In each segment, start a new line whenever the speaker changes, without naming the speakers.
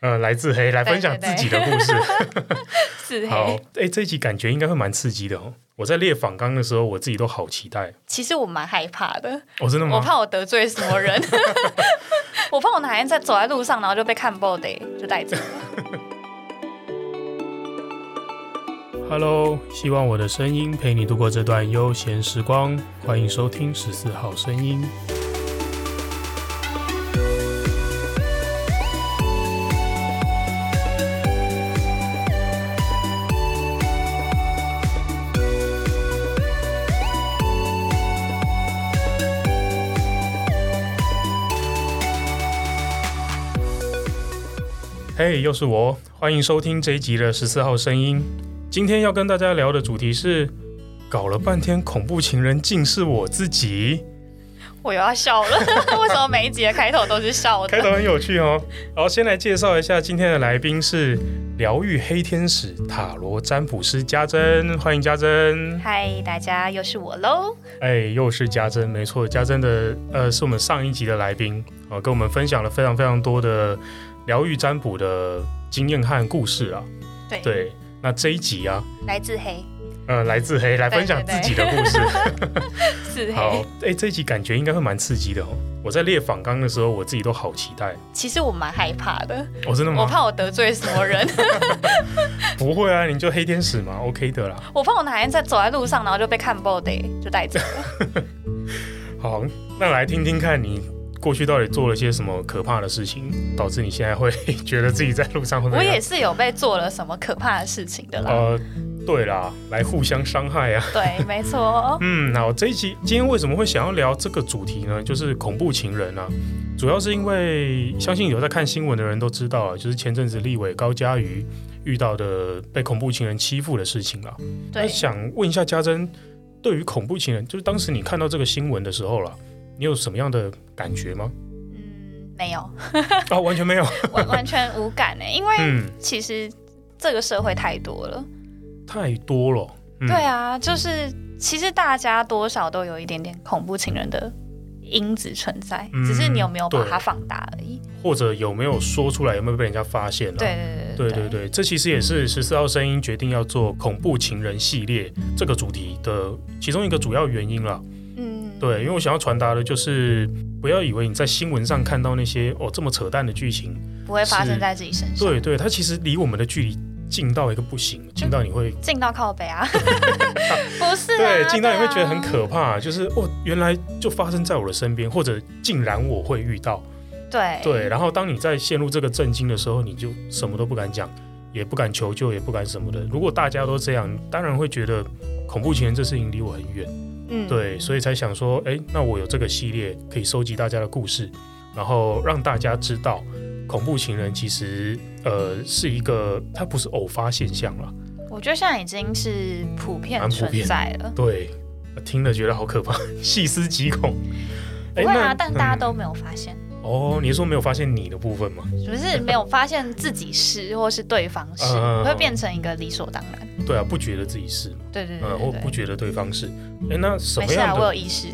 呃，来自黑来分
对
享
对
自
对
己的故 事。
是
好
嘿。，
哎、这一集感觉应该会蛮刺激的哦。我在列访纲的时候，我自己都好期待。
其实我蛮害怕的，
哦，真的
我
吗？
怕我得罪什么 人，我怕我哪天在走在路上，然后就被看爆的，就带走。
Hello，希望我的声音陪你度过这段悠闲时光，欢迎收听十四号声音。嘿又是我，欢迎收听这一集的十四号声音。今天要跟大家聊的主题是，搞了半天恐怖情人竟是我自己，
我又要笑 了，为什么每一集的开头都是笑
开
的？
头很有趣哦。好，先来介绍一下今天的来宾是疗愈黑天使塔罗占卜师家珍，欢迎家珍。
嗨，大家又是我喽！
哎，又是家珍，没错，家珍的呃是我们上一集的来宾，啊、跟我们分享了非常非常多的疗愈占卜的经验和故事啊。
对，
对，那这一集啊，
来自黑，
呃，来自黑来
对
分享
对
自
对
己的故事。
是
好
黑。，
哎、这一集感觉应该会蛮刺激的哦。我在列访纲的时候，我自己都好期待。
其实我蛮害怕的，
哦，真的
我
吗？
怕我得罪什 么人，
不会啊，你就黑天使嘛，OK 的啦。
我怕我哪天在走在路上，然后就被看爆的，就带走。
好，那来听听看你过去到底做了些什么可怕的事情，导致你现在会 觉得自己在路上会被
我
人家……
也是有被做了什么可怕的事情的啦。
呃，对啦，来互相伤害啊。
对，没错，哦
嗯，好，这一集今天为什么会想要聊这个主题呢？就是恐怖情人啊，主要是因为相信有在看新闻的人都知道啊，就是前阵子立委高嘉瑜遇到的被恐怖情人欺负的事情啊。 那
对。
想问一下家珍，对于恐怖情人，就是当时你看到这个新闻的时候啦，啊你有什么样的感觉吗？
嗯，没有，
啊，完全没有。
完完全无感呢，因为
嗯，
其实这个社会太多了。
太多了。嗯、
对啊，就是其实大家多少都有一点点恐怖情人的因子存在，
嗯
只是你有没有把
对
它放大而已。
或者有没有说出来？有没有被人家发现了、啊
对对
对
对
对对，这其实也
嗯
是十四号声音决定要做恐怖情人系列这个主题的其中一个主要原因啦。
嗯，
对，因为我想要传达的就是，不要以为你在新闻上看到那些哦这么扯淡的剧情，
不会发生在自己身上。
对对，它其实离我们的距离近到一个不
嗯
行，近到你会。
进到靠 北啊，不是啊，
对，近到你会觉得很
对啊
可怕，就是哦，原来就发生在我的身边，或者竟然我会遇到。
对啊
对，然后当你在陷入这个震惊的时候，你就什么都不敢讲，也不敢求救，也不敢什么的。如果大家都这样，当然会觉得恐怖情人这事情离我很远。
嗯
对，所以才想说，哎，那我有这个系列可以收集大家的故事，然后让大家知道，恐怖情人其实呃是一个，它不是偶发现象了。
我觉得现在已经是普遍
蛮普
存
遍
在了。
对，听了觉得好可怕，细思极恐。
不
哎，
会啊
那，
但大家
嗯
都没有发现，
哦，你是说没有发现你的部分吗？
只是没有发现自己是或是对方是，
嗯
会变成一个理所当然。
对啊，不觉得自己是嘛，
对对对
嗯，
对
或
对
不觉得对方是。哎，那什
没
么
事啊，
样
我有
的
意 识。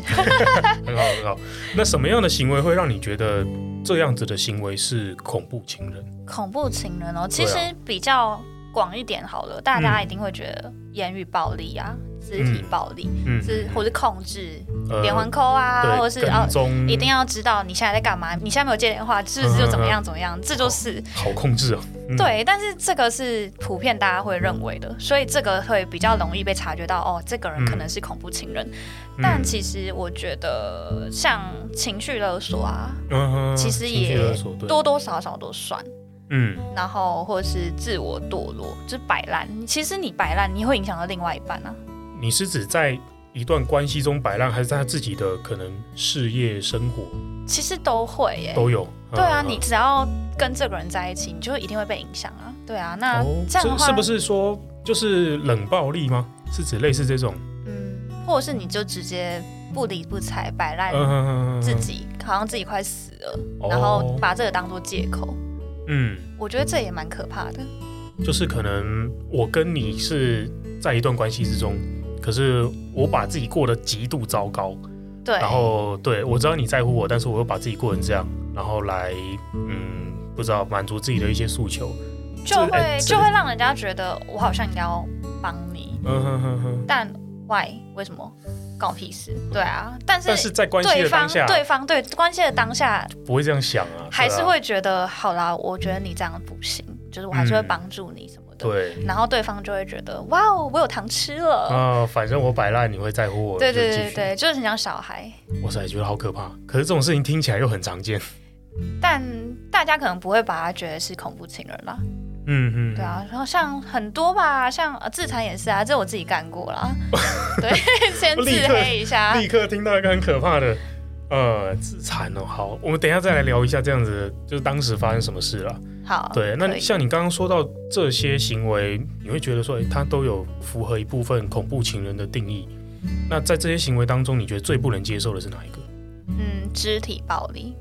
很好很好？那什么样的行为会让你觉得这样子的行为是恐怖情人？
恐怖情人哦，
对
其
啊嗯
实比较广一点好了，大家一定会觉得言语暴力啊、肢体暴力，
嗯
是或是控制、
呃
连环扣啊，
对
或是
跟嗯
哦。
踪
一定要知道你现在在干嘛，你现在没有接电话，是不是就怎么
嗯
样怎么样？这就是
好控制哦。嗯，
对，但是这个是普遍大家会认为的，所以这个会比较容易被察觉到哦，这个人可能是恐怖情人。
嗯
但其实我觉得像情绪勒索啊，
嗯哼
其实
情绪
也
勒索对
多多少少都算。
嗯
然后或者是自我堕落，就是摆烂。其实你摆烂，你会影响到另外一半啊。
你是指在一段关系中摆烂，还是在他自己的可能事业、生活
其实都会耶、
都有？
对啊，
嗯嗯
你只要跟这个人在一起，你就一定会被影响啊。对啊，那
哦，
这样的
是
话，
是不？是说就是冷暴力吗？是指类似这种？
嗯，或者是你就直接不理不睬，摆烂
嗯哼哼哼
哎自己，好像自己快死了，
哦
然后把这个当做借口。
嗯，
我觉得这也蛮可怕的。
就是可能我跟你是在一段关系之中，可是我把自己过得极度糟糕，
对，
然后对我知道你在乎我，但是我又把自己过成这样，然后来嗯不知道满足自己的一些诉求，
就
这哎
会
这
就会让人家觉得我好像应该要帮你，
嗯哼哼哼。
但 why 为什么？搞屁事？对啊，但
但是
是
在关系
对
的当
方
下，
对方对关系的当下，
不会这样想啊，
还是
对啊
会觉得好啦，我觉得你这样不行，就是我还是会
嗯
帮助你什么的。
对
然后对方就会觉得哇哦，我有糖吃了。
啊、反正我摆烂，你会在乎我，
对对
就继
对
续。
对，就是很像小孩，
哇塞，觉得好可怕。可是这种事情听起来又很常见，
但大家可能不会把它觉得是恐怖情人啦，
嗯嗯，
对啊。然后像很多吧，像呃自残也是啊，这我自己干 过啦。对，先
立
自
刻
黑一下。
立刻听到一个很可怕的，呃，自残哦。好，我们等一下再来聊一下这样子，就是当时发生什么事了。
好，
对，那
可以
像你刚刚说到这些行为，你会觉得说，哎，它都有符合一部分恐怖情人的定义。那在这些行为当中，你觉得最不能接受的是哪一个？
嗯，肢体暴力，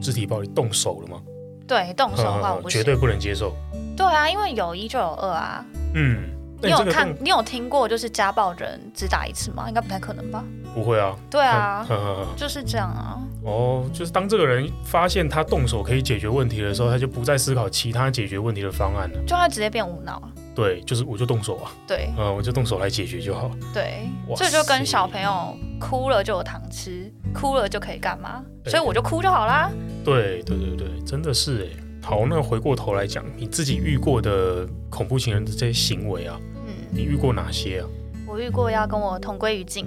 肢体暴力，动手了吗？
对，动手的话我
嗯
不行。
绝对不能接受。
对啊，因为有一就有二啊。
嗯，那你
你有
这个
看
动，
你有听过就是家暴人只打一次吗？应该不太可能吧？
不会啊？
对啊，
嗯嗯嗯嗯
就是这样啊。
哦，就是当这个人发现他动手可以解决问题的时候，他就不再思考其他解决问题的方案了。
就他直接变无脑啊。
对，就是我就动手啊，
对
嗯，我就动手来解决就好。
对
哇，
这就跟
塞
小朋友哭了就有糖吃，哭了就可以干嘛，
对
所以我就哭就好啦。
对对对对，真的是哎。好，那回过头来讲，你自己遇过的恐怖情人的这些行为啊，
嗯，
你遇过哪些啊？
我遇过要跟我同归于尽，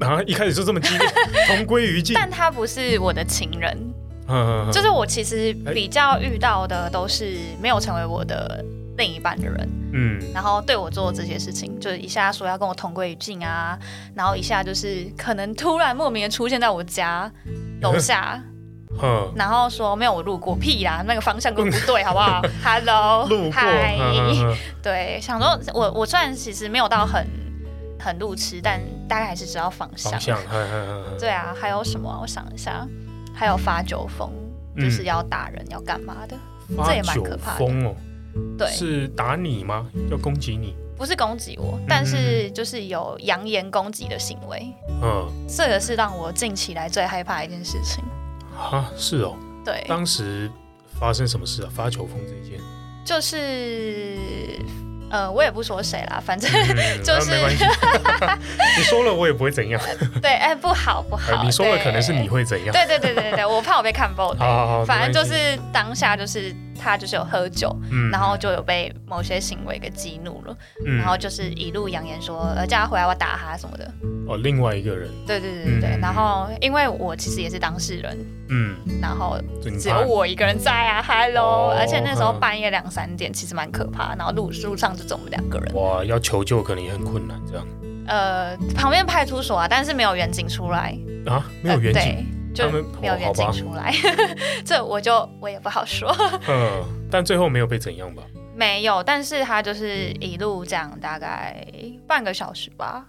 啊，一开始就这么激 烈，同归于尽。
但他不是我的情人，
嗯，嗯嗯
就是我其实比较遇到的都是没有成为我的另一半的人，
嗯
然后对我做这些事情，就是一下说要跟我同归于尽啊，然后一下就是可能突然莫名的出现在我家 楼下，
嗯，
然后说没有我路过，屁啦，那个方向根本不对，好 不好？Hello，
路过，
嗨
嗯，嗯嗯
对，想说我我虽然其实没有到很很路痴，但大概还是知道方向。
方向，嗯嗯嗯嗯
对啊，还有什么啊？我想一下，还有发酒疯，
嗯
就是要打人，要干嘛的？
嗯，
这也
发
蛮
酒
可怕的
疯哦，
对，
是打你吗？要攻击你？
不是攻击我，但是就是有扬言攻击的行为，
嗯。
这个是让我近期来最害怕的一件事情。
啊，是哦，
对，
当时发生什么事啊？发酒疯这一 件，
就是呃，我也不说谁啦， 反正
嗯
就是
啊没 关系， 你说了我也不会怎样，
对，哎、不好不
呃
好，
你说了可能是
对
你。会怎样。
对对对对对，我怕我被看爆的。
好好好，
反正就
没关系，
是当下就是他就是有喝酒，
嗯
然后就有被某些行为给激怒了，
嗯
然后就是一路扬言说呃叫他回来我打他什么的，
哦，另外一个人，
对对对对对。
嗯
然后因为我其实也是当事人，
嗯，
然后
就你
只
怕
有我一个人在啊，Hello，、
哦
而且那时候
嗯
半夜两三点，其实蛮可怕。然后路路上就只有我们两个人，
哇，要求救可能也很困难，这样
呃，旁边派出所啊，但是没有远景出来，
啊，没有远景，
呃、对，就
他们
没有
哦好
远
吧
景出来， 这我就我也不好说。
嗯，但最后没有被怎样吧？
没有，但是他就是一路这样，大概半个小时吧，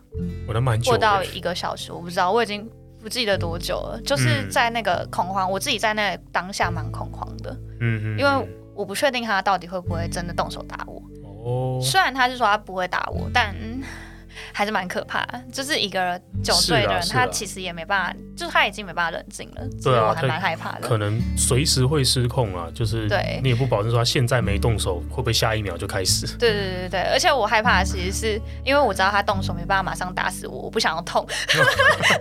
我的蛮久
或
的，
到一个小时，我不知道，我已经不记得多久了。
嗯
就是在那个恐慌，我自己在那个当下蛮恐慌的，
嗯嗯，
因为我不确定他到底会不会真的动手打我。
嗯哦，
虽然他是说他不会打我，但 嗯还是蛮可怕的。就是一个酒醉的人，
是啊是啊
他其实也没办法，就是他已经没办法冷静了，所
对
以
啊
我还蛮害怕的。
可能随时会失控啊，就是
对
你也不保证说他现在没动手，会不会下一秒就开始？
对对对对对，而且我害怕的其实是因为我知道他动手没办法马上打死我，我不想要痛。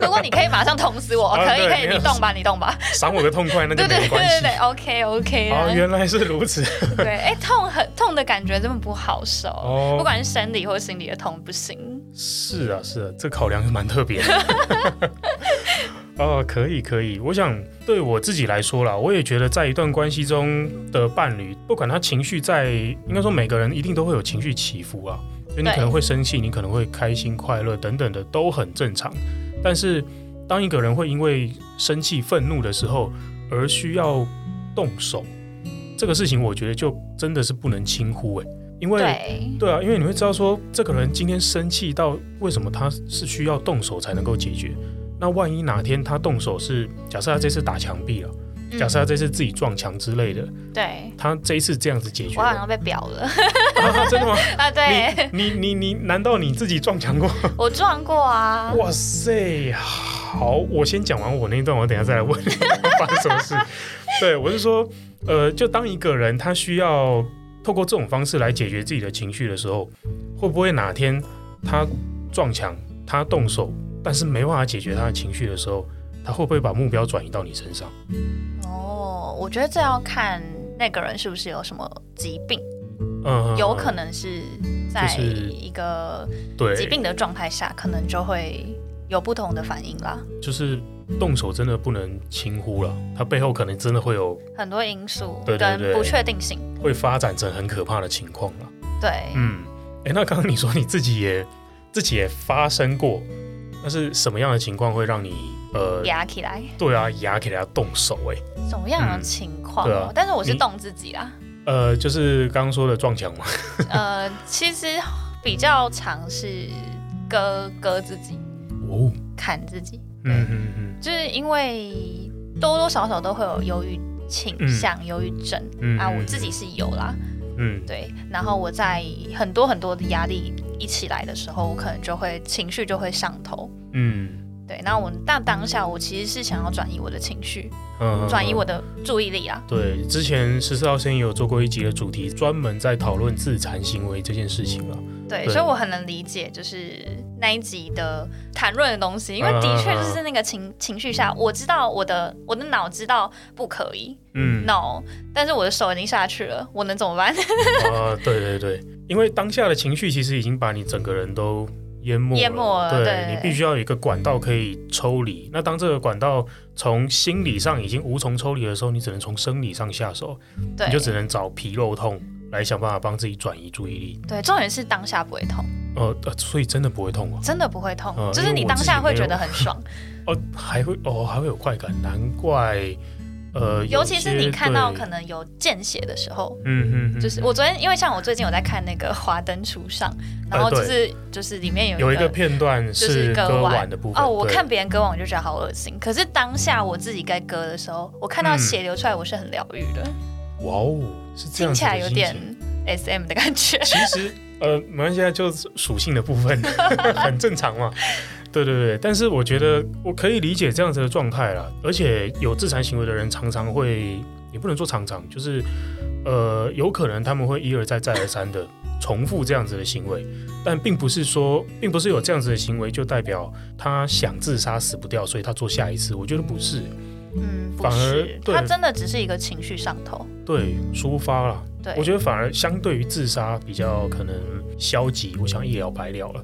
如果你可以马上捅死我，
啊
可以
对
可
没
以，
有
你动吧，你动吧。
赏我个痛快，那就
对对
没
对
关系
对。对，OK OK
哦，
啦。
原来是如 此。
对，哎，痛很痛的感觉真的不好受，
哦
不管是生理或心理的痛不行。
是啊，是啊，这考量是蛮特别的。 哦，可以可以，我想对我自己来说啦，我也觉得在一段关系中的伴侣，不管他情绪在，应该说每个人一定都会有情绪起伏啊，就你
对
可能会生气，你可能会开心、快乐等等的都很正常。但是当一个人会因为生气、愤怒的时候而需要动手，这个事情我觉得就真的是不能轻忽诶、欸因为
对
对啊，因为你会知道说，这个人今天生气到为什么他是需要动手才能够解决。那万一哪天他动手是，假设他这次打墙壁了，
嗯
假设他这次自己撞墙之类的，
对，
他这一次这样子解决
我好
了，
像被表了
啊、真的吗？
啊！对
你你你你，难道你自己撞墙过？
我撞过啊，
哇塞，好好，我先讲完我那一段，我等一下再来问 你发生什么事。对我是说，呃，就当一个人他需要透过这种方式来解决自己的情绪的时候，会不会哪天他撞墙，他动手，但是没办法解决他的情绪的时候，他会不会把目标转移到你身上？
哦，我觉得这要看那个人是不是有什么疾病，
嗯，
有可能是在
就是
一个
嗯对
疾病的状态下，可能就会有不同的反应啦，
就是动手真的不能轻忽了，它背后可能真的会有
很多因素
对对对
跟不确定性。
会发展成很可怕的情况了。
对，
嗯，哎，那刚刚你说你自己也自己也发生过，那是什么样的情况会让你呃，
压起来
对啊，牙给他动手、欸？哎，
什么样
嗯
的情况、
对啊
哦但是我是
你
动自 己啦，
呃，就是刚刚说的撞墙嘛，
呃，其实比较常是割割自己、
哦，
砍自己，
嗯嗯嗯
就是因为多多少少都会有忧郁倾向、忧郁症
嗯
啊，
嗯
我自己是有啦，
嗯，
对。然后我在很多很多的压力一起来的时候，我可能就会情绪就会上头。
嗯
对，那我那当下我其实是想要转移我的情绪，
嗯，
转移我的注意力啊。
对，之前十四号声音有做过一集的主题，专门在讨论自残行为这件事情啊了。
对，
对
所以我很能理解，就是那一集的谈论的东西，因为
嗯
的确就是那个情情绪下，我知道我的我的脑知道不可以
嗯，
no，但是我的手已经下去了，我能怎么办？
啊、对对对，因为当下的情绪其实已经把你整个人都淹没了，
淹没了
对
对
你必须要有一个管道可以抽离。那当这个管道从心理上已经无从抽离的时候，你只能从生理上下手，
对
你就，只能找皮肉痛来想办法帮自己转移注意力。
对，重点是当下不会痛，
呃，呃所以真的不会痛啊？
真的不会痛，
嗯
就是你当下会觉得很爽，
哦，还会哦，还会有快感，难怪。呃，
嗯尤其是你看到可
能，
能有见血的时候。
嗯嗯，嗯
就是我昨天，因为像我最近有在看那个《华灯初上》，然后
呃对
就是、就是里面
有一个片段
就是是割
割
腕
腕的部分
哦，我
对
看别人割腕我就觉得好恶心，可是当下我自己该割的时候，我看到
嗯
血流出来，我是很疗愈的，
哇哦，是这
听
样子
起
的
来有
心
点
情
S M 的感觉。
其实呃，没关系啊，就是属性的部分很正常嘛。对对对，但是我觉得我可以理解这样子的状态啦，而且有自残行为的人常常会，也不能说常常，就是呃，有可能他们会一而再、再而三的重复这样子的行为，但并不是说，并不是有这样子的行为就代表他想自杀死不掉，所以他做下一次，我觉得不是，
嗯，不
反而
是，
对
它真的只是一个情绪上头。
对，抒发啦，
对，
我觉得反而相对于自杀比较可能消极，我想一了百了了。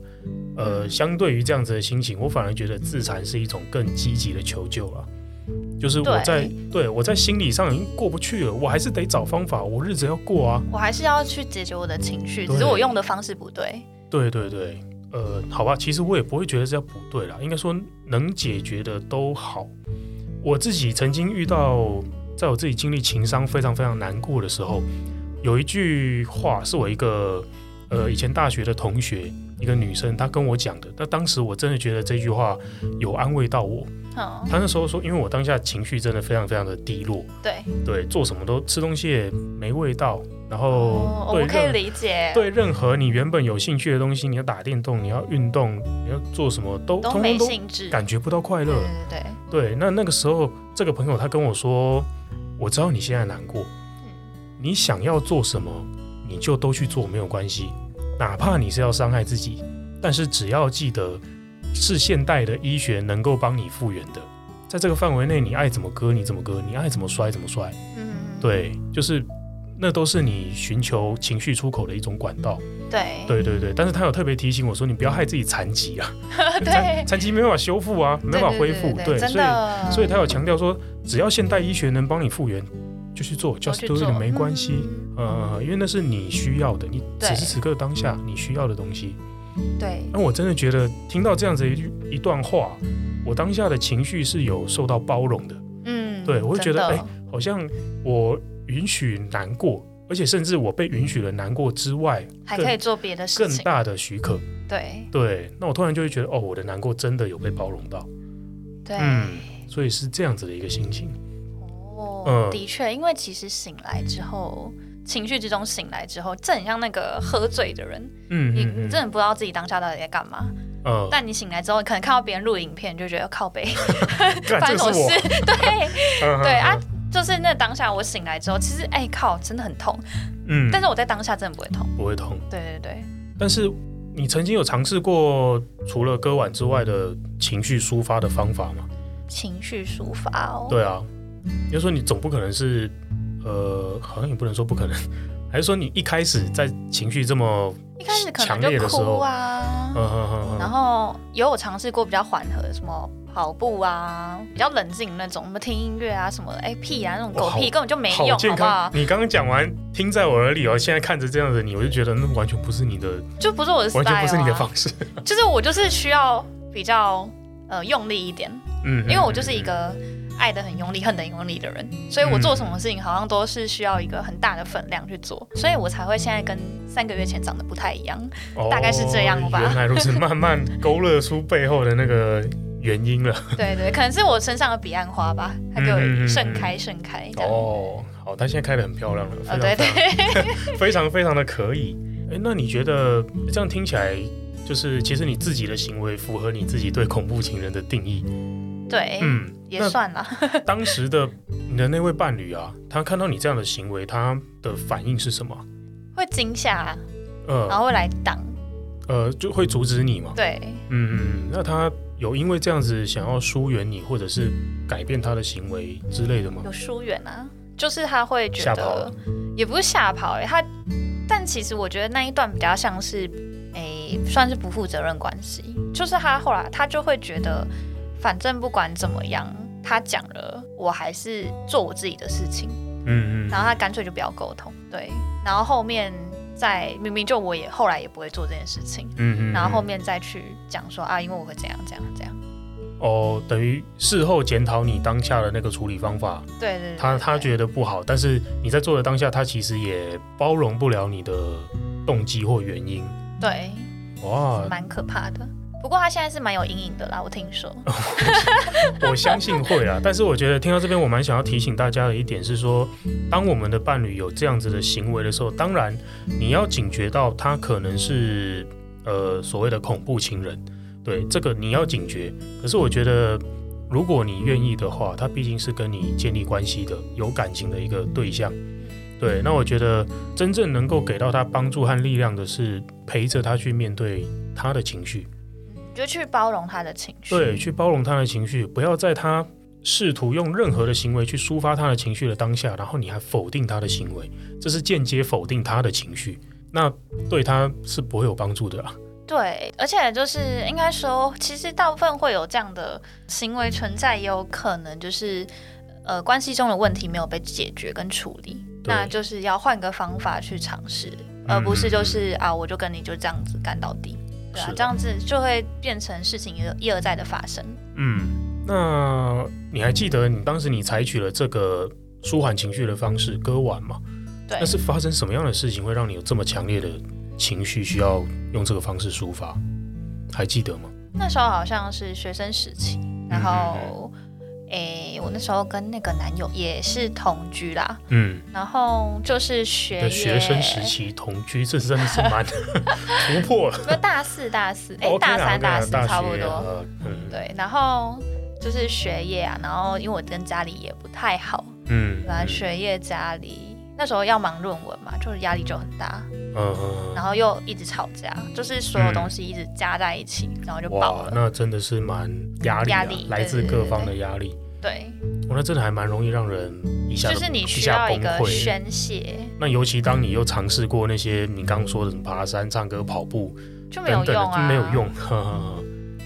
呃，相对于这样子的心情，我反而觉得自残是一种更积极的求救了。就是我
对
在对我在心理上已经过不去了，我还是得找方法，我日子要过啊。
我还是要去解决我的情绪，只是
对
我用的方式不对。
对对对，呃，好吧，其实我也不会觉得这样不对啦，应该说能解决的都好。我自己曾经遇到，在我自己经历情伤非常非常难过的时候，有一句话是我一个呃以前大学的同学，一个女生，她跟我讲的。那当时我真的觉得这句话有安慰到我。
嗯，
她那时候说，因为我当下情绪真的非常非常的低落，
对，
对，做什么都吃东西也没味道，然后
我
哦对
可以
任
理解，
对任何你原本有兴趣的东西，你要打电动，你要运动，你要做什么都
都
通通
没
都
兴嗯致。
感觉不到快
对
乐。
对对，
对，那那个时候这个朋友他跟我说，我知道你现在难过，
嗯
你想要做什么你就都去做，没有关系，哪怕你是要伤害自己，但是只要记得是现代的医学能够帮你复原的，在这个范围内，你爱怎么割你怎么割，你爱怎么摔怎么摔。
嗯，
对，就是那都是你寻求情绪出口的一种管道。
对
对对对，但是他有特别提醒我说，你不要害自己残疾啊，残
对，
残疾没办法修复啊，没办法
对
恢复，对，
真
所以
的，
所以他有强调说，只要现代医学能帮你复原，就去做
都
，just
哦去
do
做
it，没关系。
嗯
呃，因为那是你需要的，你
对
此时此刻当下你需要的东西。
嗯对，
那我真的觉得听到这样子一句一段话，我当下的情绪是有受到包容的，
嗯，
对我会觉得
真的
哎好像我允许难过，而且甚至我被允许了难过之外
还
更
可以做别的事
更
情，
大的许可。
对
对，那我突然就会觉得，哦，我的难过真的有被包容到，
对，
嗯所以是这样子的一个心情。
哦
嗯，
的确，因为其实醒来之后，情绪之中醒来之后，这很像那个喝醉的人，
嗯
你
嗯
你
嗯，
真的不知道自己当下到底在干嘛，
嗯，
但你醒来之后，可能看到别人录影片，你就觉得靠背
干
发
这
生什么
个是我
事，？ 对
嗯
对，啊
嗯，
就是那当下我醒来之后，其实哎靠，真的很痛，
嗯，
但是我在当下真的不会痛。
不会痛。
对对对，
但是你曾经有尝试过除了割腕之外的情绪抒发的方法吗？
情绪抒发哦。
对啊，也就是说你总不可能是，呃，好像也不能说不可能，还是说你一开始在情绪这么，
一开始可
强
能
烈
就
的时候
哭啊
嗯，嗯嗯
然
嗯，
后也有尝试过比较缓和的，什么跑步啊，比较冷静那种，什么听音乐啊，什么哎屁啊那种
哇
狗
好
屁根本就没
好
用，
健
好不
康！
好？
你刚刚讲完，听在我耳里哦，现在看着这样的你，我就觉得那完全不是你的，
就不是我的 style，
完
啊
全不是你的方式。
就是我就是需要比较呃用力一点，
嗯，
因为我就是一个爱的很用力、恨的用力的人，所以我做什么事情好像都是需要一个很大的分量去做，所以我才会现在跟三个月前长得不太一样。
哦
大概是这样吧
原来如 此，慢慢勾勒出背后的那个原因了。
对对，可能是我身上的彼岸花吧，它
嗯
给我盛开盛开这样。
哦，好，它现在开得很漂亮了，非
呃，
常
对对
非常。 非常非常的可以。哎，那你觉得这样听起来，就是其实你自己的行为符合你自己对恐怖情人的定义？
对，
嗯，
也算啦。
那当时的你的那位伴侣啊，他看到你这样的行为，他的反应是什么？
会惊吓，然
呃
后会来挡。
呃，就会阻止你吗？
对，
嗯嗯，嗯那他有因为这样子想要疏远你，或者是改变他的行为之类的吗？
有疏远啊，就是他会觉
吓跑
得
了，
也不是吓跑、欸，他，但其实我觉得那一段比较像是，诶、算是不负责任关系。就是他后来他就会觉得，反正不管怎么样，他讲了，我还是做我自己的事情，
嗯嗯
然后他干脆就不要沟通。对，然后后面再明明就我也后来也不会做这件事情。
嗯嗯，
然后后
嗯
面再去讲说啊，因为我会怎样怎样怎样，
哦，等于事后检讨你当下的那个处理方法，
对对对
他他
嗯对
觉得不好，但是你在做的当下，他其实也包容不了你的动机或原因。
对，
哇，
蛮可怕的。不过他现在是蛮有阴影的啦，我听说。
哦 我相信会啊，但是我觉得听到这边，我蛮想要提醒大家的一点是说，当我们的伴侣有这样子的行为的时候，当然你要警觉到他可能是呃所谓的恐怖情人，对这个你要警觉。可是我觉得，如果你愿意的话，他毕竟是跟你建立关系的、有感情的一个对象。对，那我觉得真正能够给到他帮助和力量的是陪着他去面对他的情绪。
你就去包容他的情绪。
对，去包容他的情绪，不要在他试图用任何的行为去抒发他的情绪的当下，然后你还否定他的行为，
嗯
这是间接否定他的情绪，那对他是不会有帮助的啊。
对而且就是应该说，其实大部分会有这样的行为存在，也有可能就是呃关系中的问题没有被解决跟处理，
对
那就是要换个方法去尝试，而不是就是啊我就跟你就这样子干到底。
嗯
对啊
是，的
这样子就会变成事情一而一而再的发生。
嗯，那你还记得你当时你采取了这个舒缓情绪的方式割腕吗？
对
那，是发生什么样的事情会让你有这么强烈的情绪需要用这个方式抒发？还记得吗？
那时候好像是学生时期，
嗯
然后，诶、我那时候跟那个男友也是同居啦，
嗯，
然后就是学
对，
业
学生时，期同居，这真的是蛮 突破了。
那大四大四，诶，
哦 OK
哎大
啦
三
，OK 啦
四
大
差不
学
多，
呃嗯
对，然后就是学业啊，然后因为我跟家里也不太好，
嗯
本来学业家里那时候要忙论文嘛，就是压力就很大，
嗯嗯
然后又一直吵架，就是所有东西一直加在一起，然后就
嗯，
爆
哇，
了，
那真的是蛮压力啊，
压力
来自
对对
各
对
方
对
的压力，
对，
哇，那真的还蛮容易让人一下
就是
子
你需
下
要一
崩
个
溃
宣泄。
那尤其当你又尝试过那些你刚刚说的什么爬山、唱歌、跑步
就没有
等等
用
的，就
啊，
没有。用。呵呵呵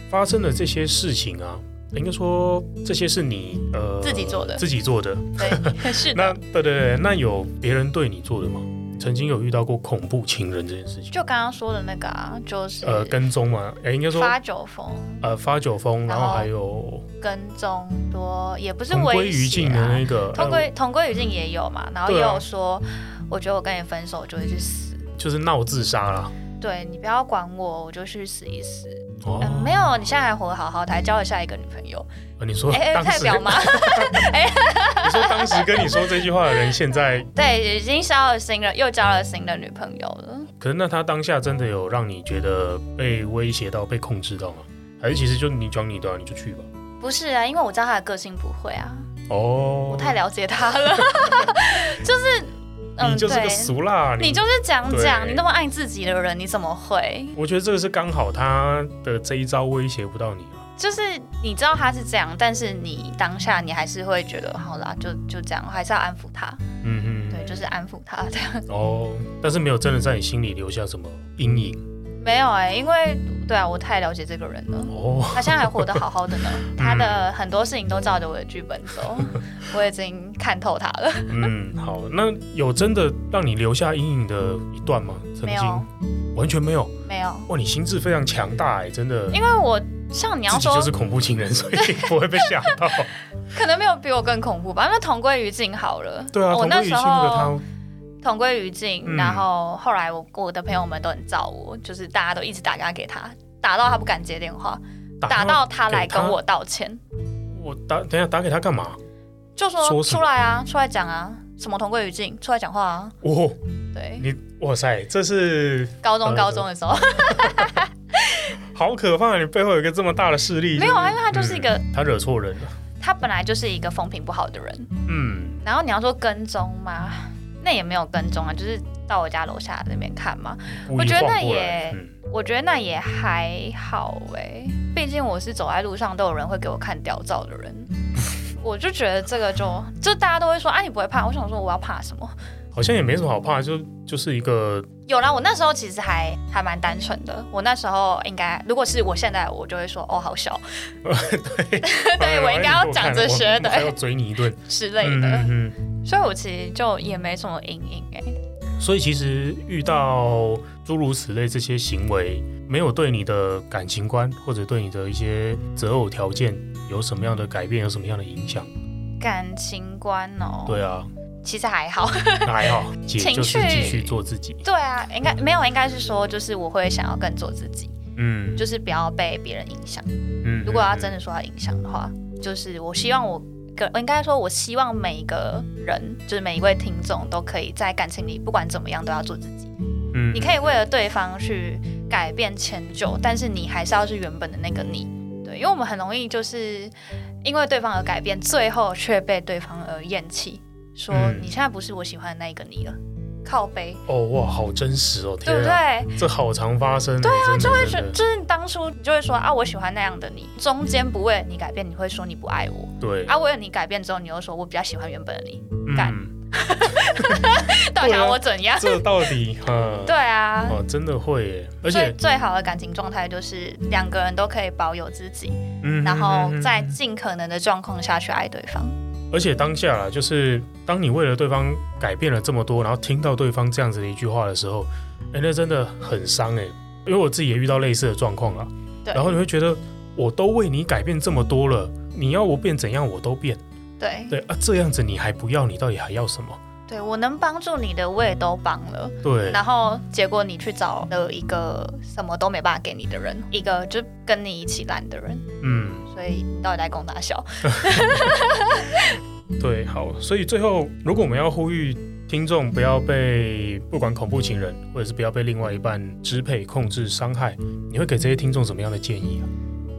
发生的这些事情啊，应该说这些是你呃
自己做的
自己做的。
对，是
那
的。
对对对，那有别人对你做的吗？曾经有遇到过恐怖情人这件事情？
就刚刚说的那个啊，就是
呃，跟踪嘛，哎、应该说
发酒疯、
呃发酒疯，然
然
后
后
还有
跟踪多，也不是
同归
威
于
胁
尽的
啊。
那个，
同
呃
归同归于尽也有嘛，然后也
对啊
有说，我觉得我跟你分手我就会去死，
呃就是闹自杀啦。
对你不要管我，我就去死一死。
哦
嗯，没有，你现在还活得好好的，还交了下一个女朋友。
呃你说
哎、哎，
当
代
时，
表吗？
你说当时跟你说这句话的人，现在
对，已经交了新的，又交了新的女朋友了。
可是那他当下真的有让你觉得被威胁到、被控制到吗？还是其实就你讲你的啊、你就去吧？
不是啊，因为我知道他的个性不会啊，
哦，
我太了解他 了，就是，
你
嗯，
就是个
对，
俗辣，
你就是讲讲，
对
你那么爱自己的人，你怎么会？
我觉得这个是刚好他的这一招威胁不到你了。
就是你知道他是这样，但是你当下你还是会觉得，好啦，就就这样，我还是要安抚他，
嗯
对，就是安抚他这样。
哼，哦，但是没有真的在你心里留下什么阴影
没有哎、因为对啊，我太了解这个人了。
哦。
他现在还活得好 好的呢，他的很多事情都照着我的剧本走， 我已经看透他了。
嗯，好，那有真的让你留下阴影的一段吗？曾
没有
经完全没有。
没有，
哇，你心智非常强大哎，真的。
因为我像你要
自己
说，
就是恐怖情 人，所以不会被吓到。
可能没有比我更恐怖吧？那同归于尽好了。
对啊，
我
同
那
归于
时
尽的他
候，同归于尽，
嗯
然后后来我我的朋友们都很罩我，就是大家都一直打电话给他，打到他不敢接电话，打到他来跟我道歉，
我打等一下打给他干嘛？
就
说
说
什么
出来啊，出来讲啊，什么同归于尽，出来讲话啊。
哦，
对，
你哇塞，这是
高中
呃
高中的时候
好可怕！你背后有一个这么大的势力，
没有啊，因为他就是一个，
他惹错人了。
他本来就是一个风评不好的人，
嗯，
然后你要说跟踪吗？那也没有跟踪啊，就是到我家楼下那边看嘛。
故
我
意
觉得
晃
那
过来
也
嗯
我觉得那也还好哎、毕竟我是走在路上都有人会给我看屌照的人， 我就觉得这个就就大家都会说啊你不会怕，我想说我要怕什么？
好像也没什么好怕，就就是一个
有啦，我那时候其实还还蛮单纯的，我那时候应该如果是我现在我就会说哦好笑
对 哎
对我应该要讲这些对
还要嘴你一顿
之类的，
嗯嗯嗯
所以我其实就也没什么阴影哎、
所以其实遇到诸如此类这些行为，没有对你的感情观或者对你的一些择偶条件有什么样的改变，有什么样的影响？
感情观哦，
对啊，
其实还好，
那还好，姐
情
就是
绪
继续做自己。
对啊，应该没有，应该是说就是我会想要更做自己，
嗯
就是不要被别人影响。
嗯
如果要真的说要影响的话，就是我希望我个，我应该说，我希望每一个人，就是每一位听众，都可以在感情里，不管怎么样都要做自己。
嗯
你可以为了对方去改变迁就，但是你还是要是原本的那个你。对，因为我们很容易就是因为对方而改变，最后却被对方而厌弃，说
嗯
你现在不是我喜欢的那一个你了，靠背，
哦哇，好真实哦，
对
天
不
啊，
对？
这好常发生。对啊，就
就就是你当初你就会说啊，我喜欢那样的你，中间不为了你改变，你会说你不爱我。
对
啊，为了你改变之后，你又说我比较喜欢原本的你，干
嗯，
到底想我怎样？
啊这到底呃
对啊，
哦，真的会耶，而
最
且
最好的感情状态就是两个人都可以保有自己，
嗯
然后
嗯嗯嗯
在尽可能的状况下去爱对方。
而且当下啦，就是当你为了对方改变了这么多，然后听到对方这样子的一句话的时候，哎、那真的很伤哎、因为我自己也遇到类似的状况啦。
对
然后你会觉得，我都为你改变这么多了，你要我变怎样我都变，
对，
对啊，这样子你还不要，你到底还要什么？
对我能帮助你的我也都帮了，
对，
然后结果你去找了一个什么都没办法给你的人，一个就跟你一起烂的人，
嗯，
所以你到底在供大笑？
对，好，所以最后如果我们要呼吁。听众不要被不管恐怖情人，或者是不要被另外一半支配、控制、伤害，你会给这些听众什么样的建议啊？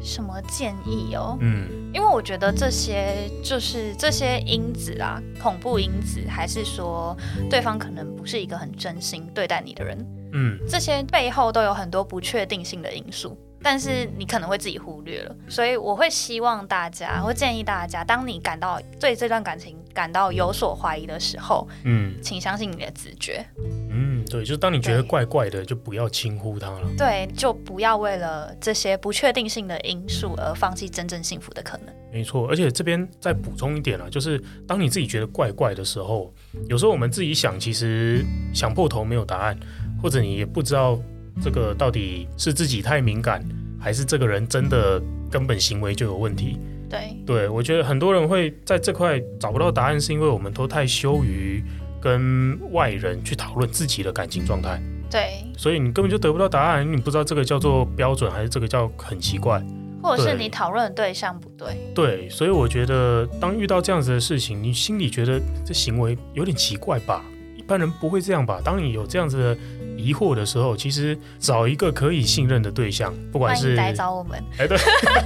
什么建议哦？
嗯
因为我觉得这些就是这些因子啊，恐怖因子，还是说对方可能不是一个很真心对待你的人，
嗯，
这些背后都有很多不确定性的因素。但是你可能会自己忽略了，所以我会希望大家，我会建议大家，当你感到对这段感情感到有所怀疑的时候，
嗯，
请相信你的直觉，
嗯，对，就是当你觉得
对
怪怪的，就不要轻忽它了。
对，就不要为了这些不确定性的因素而放弃真正幸福的可能。
没错，而且这边再补充一点啊，就是当你自己觉得怪怪的时候，有时候我们自己想，其实想破头没有答案，或者你也不知道这个到底是自己太敏感，还是这个人真的根本行为就有问题。
对，
对，我觉得很多人会在这块找不到答案，是因为我们都太羞于跟外人去讨论自己的感情状态。
对，
所以你根本就得不到答案，因为你不知道这个叫做标准还是这个叫很奇怪。
或者是
对
你讨论的对象不对，
对，所以我觉得当遇到这样子的事情，你心里觉得这行为有点奇怪吧？一般人不会这样吧？当你有这样子的疑惑的时候，其实找一个可以信任的对象，不管
欢
是
迎来找我们。
哎，对，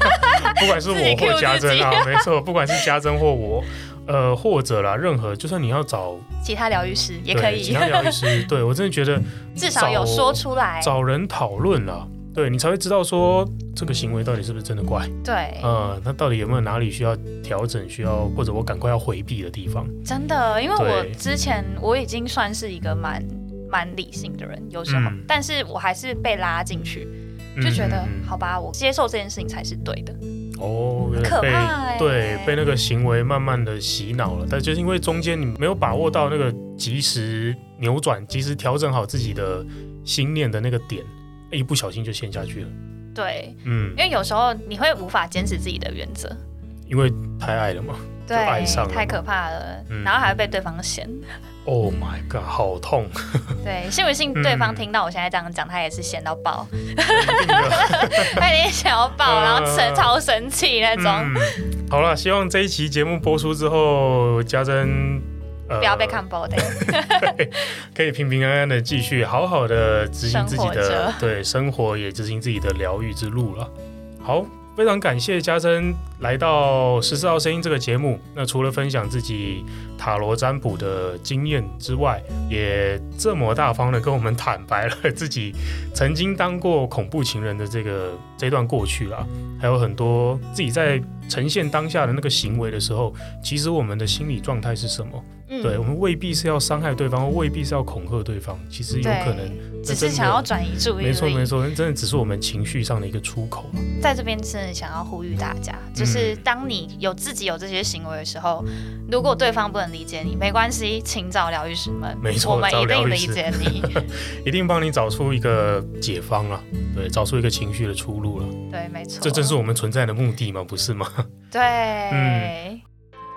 不管是我
自己 cue
或家珍
自
啊，没错，不管是家珍或我，呃，或者啦，任何，就算你要找
其他疗愈师也
对
可以
其，他疗愈师，对我真的觉得
至少有说出来。
找人讨论啦，对你才会知道说这个行为到底是不是真的怪，
对，
呃，那到底有没有哪里需要调整，需要或者我赶快要回避的地方？
真的，因为我
对
之前我已经算是一个蛮蛮理性的人，有时候，
嗯
但是我还是被拉进去，就觉得、
嗯嗯嗯
好吧，我接受这件事情才是对的。
哦，有点
可
被
怕欸
对被那个行为慢慢的洗脑了，但就是因为中间你没有把握到那个及时扭转、及时调整好自己的心念的那个点，一不小心就陷下去了。
对，
嗯
因，为有时候你会无法坚持自己的原则，
因为太爱了嘛。
对
爱上，了
太可怕了，
嗯
然后还会被对方 嫌。
Oh my god，好 痛！
对，信不信对方
嗯
听到我现在这样讲，他也是嫌到爆，
一定的
他一定想要爆，然后
呃
超超生气那种，
嗯、好了，希望这一期节目播出之后，家珍。呃
不要被看 爆的。
可以平平安安的继续好好的执行自己
生活
的
着
对生活，也执行自己的疗愈之路了。好，非常感谢嘉珍来到十四号声音这个节目。那除了分享自己塔罗占卜的经验之外，也这么大方的跟我们坦白了自己曾经当过恐怖情人的这个这段过去啦，还有很多自己在呈现当下的那个行为的时候，其实我们的心理状态是什么？
嗯
对，我们未必是要伤害对方，或未必是要恐吓对方，其实有
对
可能，
只
真
是
的
想要转移注意力。
没错没错，那真的只是我们情绪上的一个出口了。
在这边真的想要呼吁大家，就是
嗯
当你有自己有这些行为的时候，如果对方不能理解你，没关系，请找疗愈师们，
没错
我们
找
一
疗
定
愈
理
师
解 你。
一定帮你找出一个解方了，对，找出一个情绪的出路了，
对，没错，
这正是我们存在的目的嘛，不是吗？
对，
嗯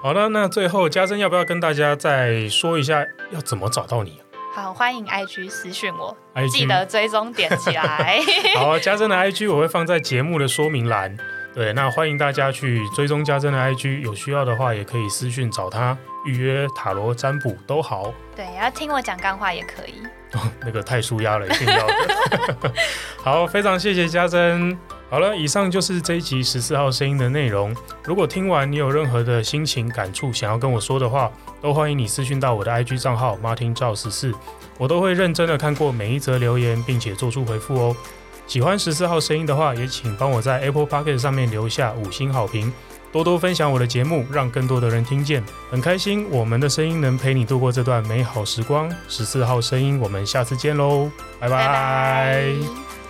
好了，那最后嘉珍要不要跟大家再说一下要怎么找到你、
好，欢迎 IG 私讯我，
啊、？IG
记得追踪点起来。
好，嘉珍的 IG 我会放在节目的说明栏。对，那欢迎大家去追踪嘉珍的 IG，有需要的话也可以私讯找他预约塔罗占卜都好。
对，然后听我讲干话也可以。
那个太舒压了，一定要的。好，非常谢谢家珍。好了，以上就是这一集十四号声音的内容。如果听完你有任何的心情感触想要跟我说的话，都欢迎你私讯到我的 IG 账号 Martin 赵十四，我都会认真的看过每一则留言，并且做出回复哦。喜欢十四号声音的话，也请帮我在 Apple p o c k e t 上面留下五星好评，多多分享我的节目，让更多的人听见。很开心我们的声音能陪你度过这段美好时光。十四号声音，我们下次见喽，拜拜。
拜拜